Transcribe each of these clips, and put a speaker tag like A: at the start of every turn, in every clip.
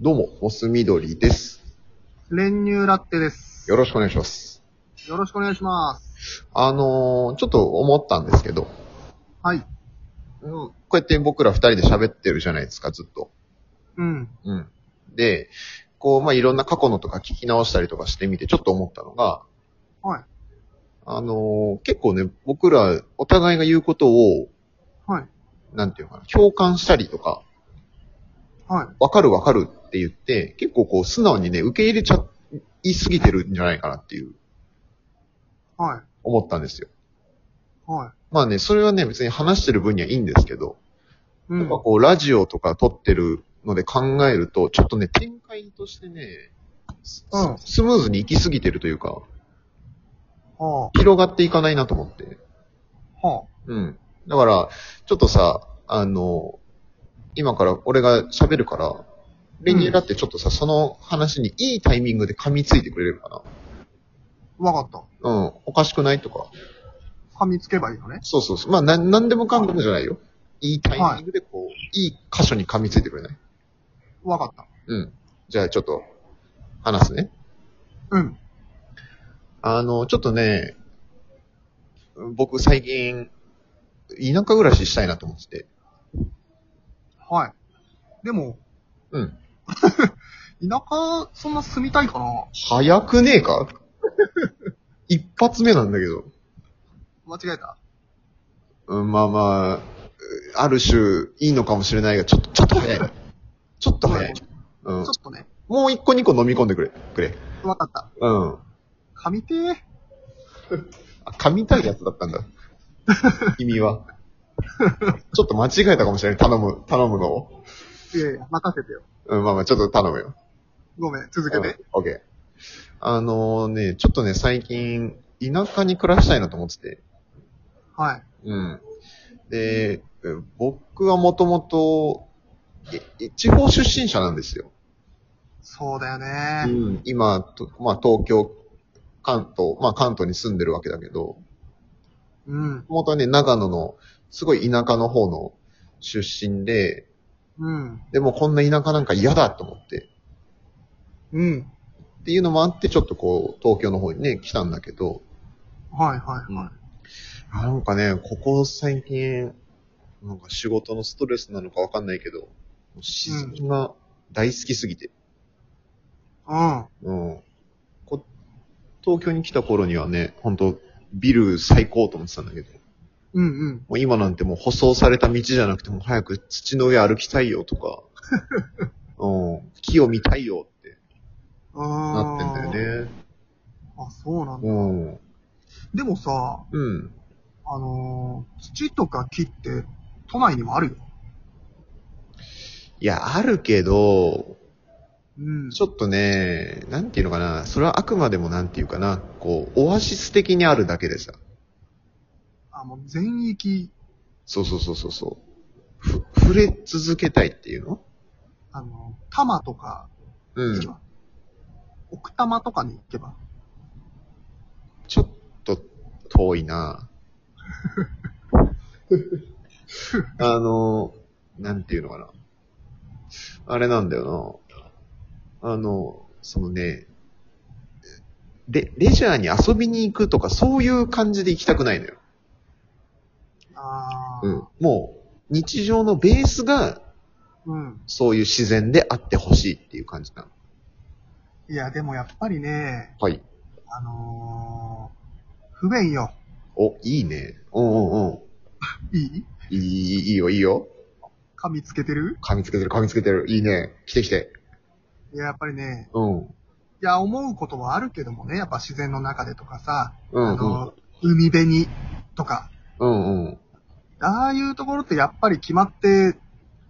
A: どうも、モスみどりです。
B: 練乳ラッテです。
A: よろしくお願いします。
B: よろしくお願いします。
A: あのー、ちょっと思ったんですけど、
B: はい。
A: うんこうやって僕ら二人で喋ってるじゃないですか、ずっと。
B: うん。
A: うん。で、こう、まあ、いろんな過去のとか聞き直したりとかしてみて、ちょっと思ったのが、
B: はい。
A: あのー、結構ね、僕ら、お互いが言うことを、
B: はい。
A: なんていうのかな、共感したりとか、
B: はい。
A: わかるわかるって言って、結構こう、素直にね、受け入れちゃいすぎてるんじゃないかなっていう、
B: はい。
A: 思ったんですよ。
B: はい。
A: まあね、それはね、別に話してる分にはいいんですけど、
B: う
A: やっ
B: ん。
A: ぱこう、ラジオとか撮ってるので考えると、ちょっとね、展開としてね、ス
B: うん
A: スムーズに行き過ぎてるというか、
B: は
A: 広がっていかないなと思って。
B: あ。は
A: うん。だから、ちょっとさ、あの、今から俺が喋るから、レニエラってちょっとさ、その話にいいタイミングで噛みついてくれるか
B: あ。わかっ
A: なうん。おかしくないとか。
B: た。噛みつけばいいのね。
A: そうそうそう。まあ、なん、なんでもかんでもじゃないよ。いいタイミングでこう、い、い箇所に噛みついてくれない
B: わかった。
A: うん。じゃあちょっと、話すね。
B: うん。
A: あの、ちょっとね、僕最近、田舎暮らししたいなと思ってて。
B: はい。でも、
A: うん。
B: 田舎、そんな住みたいかな
A: 早くねえ か一発目なんだけど。
B: 間違えた。
A: うん、まあまあ、ある種、いいのかもしれないが、ちょっと、ちょっと早い。ちょっと早い
B: ち。
A: う
B: ょ
A: ん
B: っ。とね。
A: もう一個二個飲み込んでくれ。くれ。
B: わかった。
A: うん。
B: 噛みてー。
A: あ噛みたいやつだったん だ。君は。ちょっと間違えたかもしれない。頼む、頼むのを。
B: いやいや、任せてよ。
A: うん、まあまあ、ちょっと頼むよ。
B: ごめん、続けて。
A: オッケー。あのね、ちょっとね、最近、田舎に暮らしたいなと思ってて。
B: はい。
A: うん。で、え僕はもともと、え地方出身者なんですよ。
B: そうだよ
A: う
B: ね。
A: ん。今、とまあ、東京、関東、まあ、関東に住んでるわけだけど、
B: うん。
A: 元はね、長野の、すごい田舎の方の出身で、
B: うん。
A: でもこんな田舎なんか嫌だと思って。
B: うん。
A: っていうのもあって、ちょっとこう、東京の方にね、来たんだけど、
B: はいはいはい。
A: あなんかね、ここ最近、なんか仕事のストレスなのかわかんないけど、自然が大好きすぎて、
B: うん。
A: うんこ。東京に来た頃にはね、本当ビル最高と思ってたんだけど、
B: うんうん。
A: もう今なんてもう舗装された道じゃなくてもう早く土の上歩きたいよとか、うん、木を見たいよって
B: うー
A: な
B: ん。
A: ってんだよね。
B: あ、そうなんだ。
A: うん。
B: でもさ、
A: うん。
B: あのー土とか木って都内にもあるよ。
A: いや、あるけど、
B: うん
A: ちょっとね、なんていうのかな、それはあくまでもなんていうかな、こう、オアシス的にあるだけでさ。
B: あ、もう全域、
A: そうそうそうそうそう。ふ、触れ続けたいっていうの
B: あの、多摩とか
A: う
B: 行
A: ん
B: け。ば、奥多摩とかに行けば、
A: ちょっと遠いなあの、なんていうのかな。あれなんだよな。あの、そのね、で、レジャーに遊びに行くとか、そういう感じで行きたくないのよ。
B: あ
A: う
B: ー
A: ん。もう、日常のベースが、
B: うん。
A: そういう自然であってほしいっていう感じなの。
B: いや、でもやっぱりね、
A: はい。
B: あのー不便よ。
A: お、いいね。うんうんうん。
B: いい
A: いい、いいいいよ、いいよ。
B: 噛みつけてる
A: 噛みつけてる、噛みつけてる。いいね。来て来て。
B: いや、やっぱりね、
A: うん。
B: いや、思うことはあるけどもね、やっぱ自然の中でとかさ、
A: うん
B: あ
A: うん。
B: の、海辺にとか、
A: うんうん。
B: ああいうところってやっぱり決まって、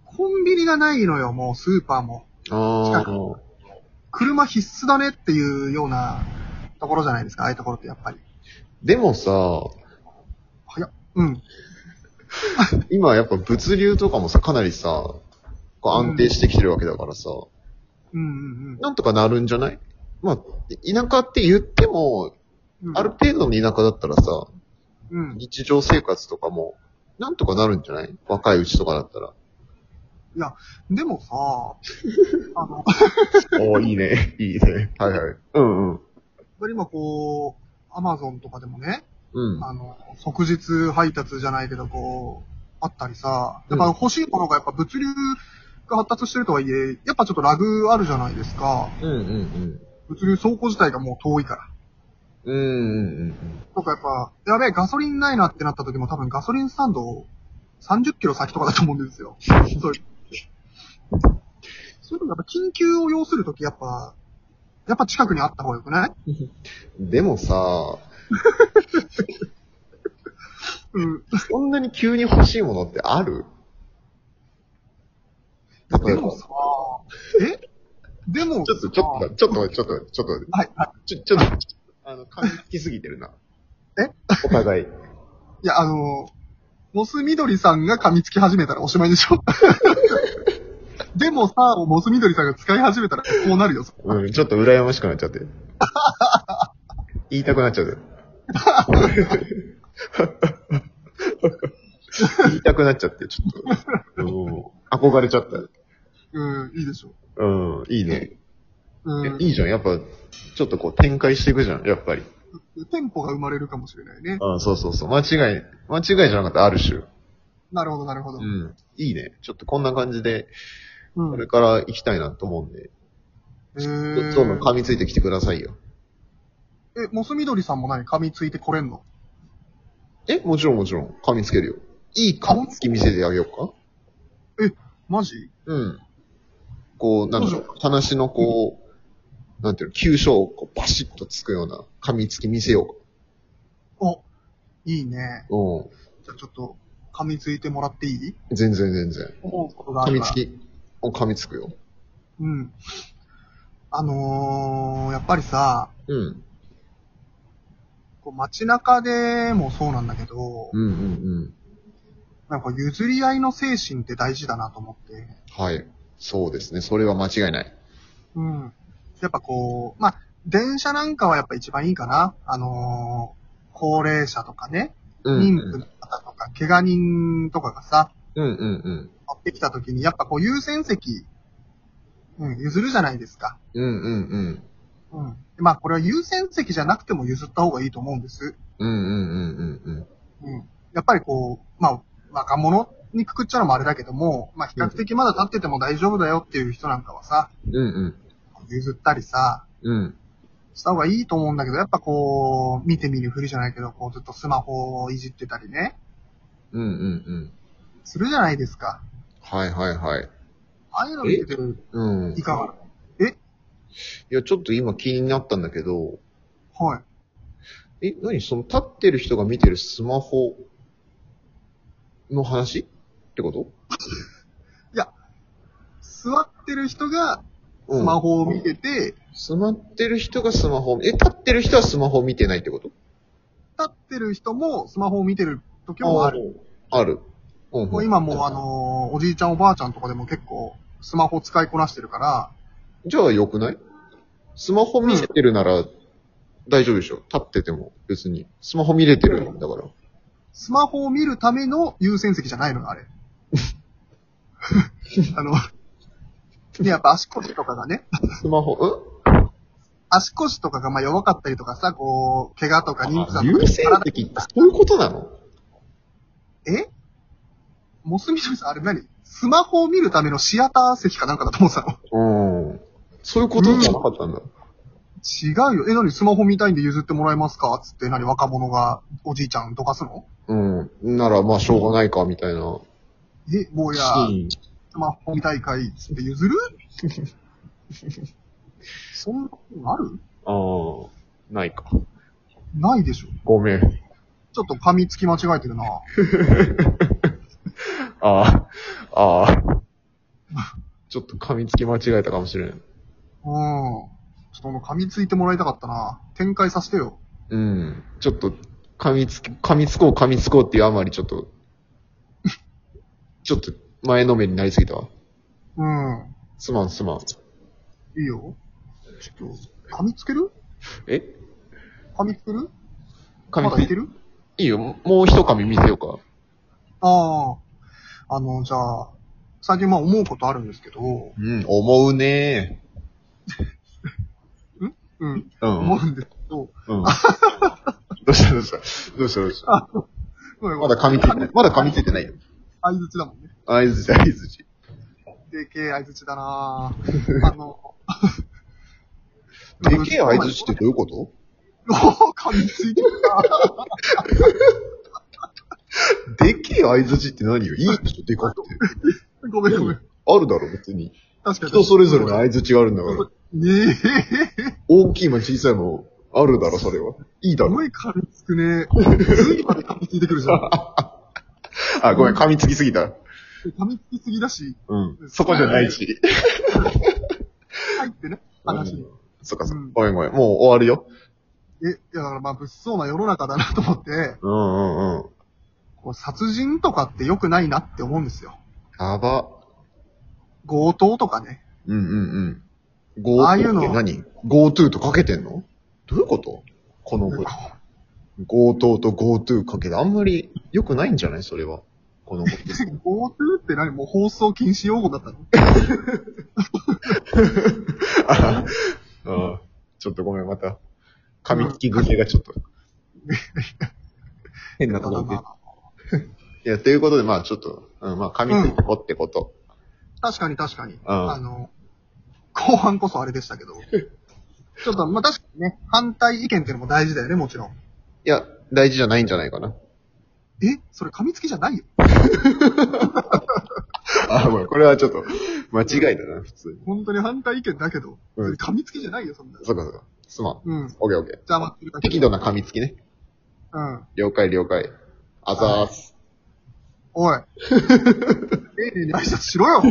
B: コンビニがないのよ、もうスーパーも。
A: あ
B: 近く
A: あ。
B: 車必須だねっていうようなところじゃないですか、ああいうところってやっぱり。
A: でもさ、
B: うん。
A: 今やっぱ物流とかもさ、かなりさ、こう安定してきてるわけだからさ、
B: うんうん
A: なんとかなるんじゃないまあ、田舎って言っても、
B: うん。うん
A: ある程度の田舎だったらさ、
B: うん。
A: 日常生活とかも、なんとかなるんじゃない若いうちとかだったら。
B: でもさ、あの、
A: おーいいね。 いいね。はいはい。うんうん。
B: 今こう、アマゾンとかでもね、
A: うん。
B: あの、即日配達じゃないけど、こう、あったりさ、やっぱ欲しいものがやっぱ物流が発達してるとはいえ、やっぱちょっとラグあるじゃないですか。
A: うんうん
B: 物流倉庫自体がもう遠いから。
A: うん。うんうん
B: とかやっぱ、やべえ、ガソリンないなってなった時も多分ガソリンスタンドを30キロ先とかだと思うんで すよ。そういう。そういうのやっぱ緊急を要するときやっぱ、やっぱ近くにあった方がよくない
A: うん。でもさ、
B: うん。
A: そんなに急に欲しいものってある例
B: で
A: えば
B: もさ、えでも
A: ちょっと、ちょっ
B: さ
A: と、ちょっと、ちょっと、ちょっと、
B: はい、はい。
A: ちょ、ちょっと、あの、噛みつきすぎてるな。
B: え
A: お互い。
B: いや、あの、モス緑さんが噛みつき始めたらおしまい でしょでもさ、モス緑さんが使い始めたらこうなるよ。
A: うん、ちょっと羨ましくなっちゃって。 言いたくなっちゃう。 言いたくなっちゃって、ちょっと。うん、憧れちゃった。
B: うん、いいでしょ。
A: うん、いいね。
B: う
A: いや
B: ん。
A: いいじゃん。やっぱ、ちょっとこう展開していくじゃん、やっぱり。
B: 店舗が生まれるかもしれないね。
A: あそうそうそう。間違い、間違いじゃなかった、ある種。
B: なるほど、なるほど。
A: うん。いいね。ちょっとこんな感じで、
B: うん
A: これから行きたいなと思うんで、
B: え
A: どんどん噛みついてきてくださいよ。
B: え、モス緑さんも何噛みついてこれんの
A: えもちろんもちろん。噛みつけるよ。いい噛みつき見せてあげようか
B: マジ
A: うん。こう、なんだろ
B: どう
A: う、話のこう、なんていうの、急所をこうバシッとつくような噛みつき見せよ
B: お、いいね。
A: う。う
B: じゃあちょっと、噛みついてもらっていい
A: ん。全然全然。
B: 思うことがあ
A: 噛
B: る
A: み
B: から
A: つ。き。お噛みつくよ。
B: うん。あのー、やっぱりさ、
A: うん。
B: こう街中でもそうなんだけど、
A: うんうん
B: なんか譲り合いの精神って大事だなと思って。
A: うん。はい。そうですね。それは間違いない。
B: うん。やっぱこう、まあ、電車なんかはやっぱ一番いいかな。あのー、高齢者とかね、
A: うん。
B: 妊婦の方とか、怪我人とかがさ、
A: うんうん
B: 乗ってきた時に、やっぱこう優先席、うん、譲るじゃないですか。
A: うん。うんうんうん。
B: うん。まあこれは優先席じゃなくても譲った方がいいと思うんです。
A: うんうんうんうんうん。
B: うん。やっぱりこう、まあ若者にくくっちゃうのもあれだけども、まあ比較的まだ立ってても大丈夫だよっていう人なんかはさ、
A: うん
B: 譲ったりさ、
A: うん。うん。
B: した方がいいと思うんだけど、やっぱこう、見て見ぬふりじゃないけど、こうずっとスマホをいじってたりね、
A: うんうんうん。
B: するじゃないですか。
A: はいはいはい。
B: ああいうの見てて
A: うん。
B: いかが
A: いや、ちょっと今気になったんだけど、
B: はい。
A: え、何その立ってる人が見てるスマホの話ってこと
B: 座ってる人が
A: うん
B: スマホを見てて、
A: 座ってる人がスマホ、え、立ってる人はスマホ見てないってこと
B: 立ってる人もスマホを見てる時もある。
A: る。ある。うんうん
B: もう今もうあ、のーおじいちゃんおばあちゃんとかでも結構スマホ使いこなしてるから、
A: じゃあ良くないスマホ見せてるなら大丈夫でしょ立ってても別に。スマホ見れてるんだから。
B: スマホを見るための優先席じゃないのよ、あれ。 あの、ね、やっぱ足腰とかがね、
A: スマホ、
B: 足腰とかがまあ弱かったりとかさ、こう、怪我とか
A: うん
B: 妊婦さんと
A: 優
B: か
A: 先
B: 体
A: 的ってそういうことなの
B: えモスミドリさん、あれ何スマホを見るためのシアター席かなんかだと思ってたの
A: うん。そういうことじゃなかったんだ。
B: 違うよ。え、何スマホ見たいんで譲ってもらえますかつって何若者がおじいちゃんどかすの
A: うん。なら、まあ、しょうがないか、みたいな。
B: え、もう
A: シ
B: や、
A: ーン。
B: スマホ見大会つって譲 るそんなことある
A: ああ、ないか。
B: ないでしょ。
A: ごめん。
B: ちょっと噛みつき間違えてるな。
A: ああ、ああ。ちょっと噛みつき間違えたかもしれん。
B: うん。ちょっとあの噛みついてもらいたかったな。展開させてよ。
A: うん。ちょっと、噛みつき、噛みつこう噛みつこうっていうあまりちょっと、ちょっと前のめりになりすぎたわ。
B: うん。
A: すまんすまん。
B: いいよ。ちょっと、噛みつける
A: え
B: 噛みつける
A: 噛
B: まだ
A: み
B: い
A: つ
B: け
A: き、
B: る
A: いいよ。もう一噛み見せようか。
B: ああ。あの、じゃあ、最近まあ思うことあるんですけど、
A: うん、思うね
B: うん、
A: うん。
B: 思うんですけど、
A: うん。どうしたどうしたどうしたどうしたま
B: ま
A: だ噛みついてない。まだ噛みついてないよ。
B: 相づちだもんね。
A: あいづち、あいづち。
B: でけえ相づち だなぁ。あの、
A: でけえあいづちってどういうこと
B: お噛みついてるな
A: でけえあいづちって何よいい人でかくて。
B: ごめん ごめん。
A: あるだろ、別に。
B: 確かに。
A: 人それぞれの
B: ね
A: あいづちがあるんだから。
B: え、
A: 大きいも小さいもあるだろ、それは。いいだ
B: す
A: ろ。
B: ごい噛みつくね。ずいまで噛みついてくるじゃん。
A: あ、ごめん、噛みつきすぎた。
B: 噛みつきすぎだし、
A: うん。そこじゃないし。
B: 入ってね、話に。
A: そっかそっ
B: うん
A: か。ごめんごめん。もう終わるよ。
B: え、いやだからまあ物騒な世の中だなと思って、
A: うんうんうん。
B: こう殺人とかって良くないなって思うんですよ。
A: やば。
B: 強盗とかね。
A: うんうんうん。
B: ああいう
A: GoTo
B: の
A: って何 ?GoTo とかけてんのどういうことこの語。GoTo と GoTo かけて、あんまり良くないんじゃないそれは。この語。
B: GoTo って何もう放送禁止用語だったの
A: あ あ、ちょっとごめん、また。噛みつき癖がちょっと。 変なこと
B: ま
A: 言っ
B: あまあ
A: て。いや、ということで、まあちょっと、うん、まあ噛みついてこってこと。
B: 確かに確かに。
A: うん
B: あの、後半こそあれでし たけど。ちょっと、まあ、確かにね、反対意見っていうのも大事だよね、もちろん。
A: いや、大事じゃないんじゃないかな。
B: えそれ噛みつきじゃないよ。
A: あ、まあ これはちょっと、間違いだな、普通に。
B: 本当に反対意見だけど。
A: うん
B: それ噛みつきじゃないよ、そんな。
A: そっかそっか。すまん。
B: うん。
A: オッケーオッケー。
B: 邪魔ってるだけ。
A: 適度な噛みつきね。
B: うん。
A: 了解了解。あざーす。
B: おい。丁寧に挨拶しろよ。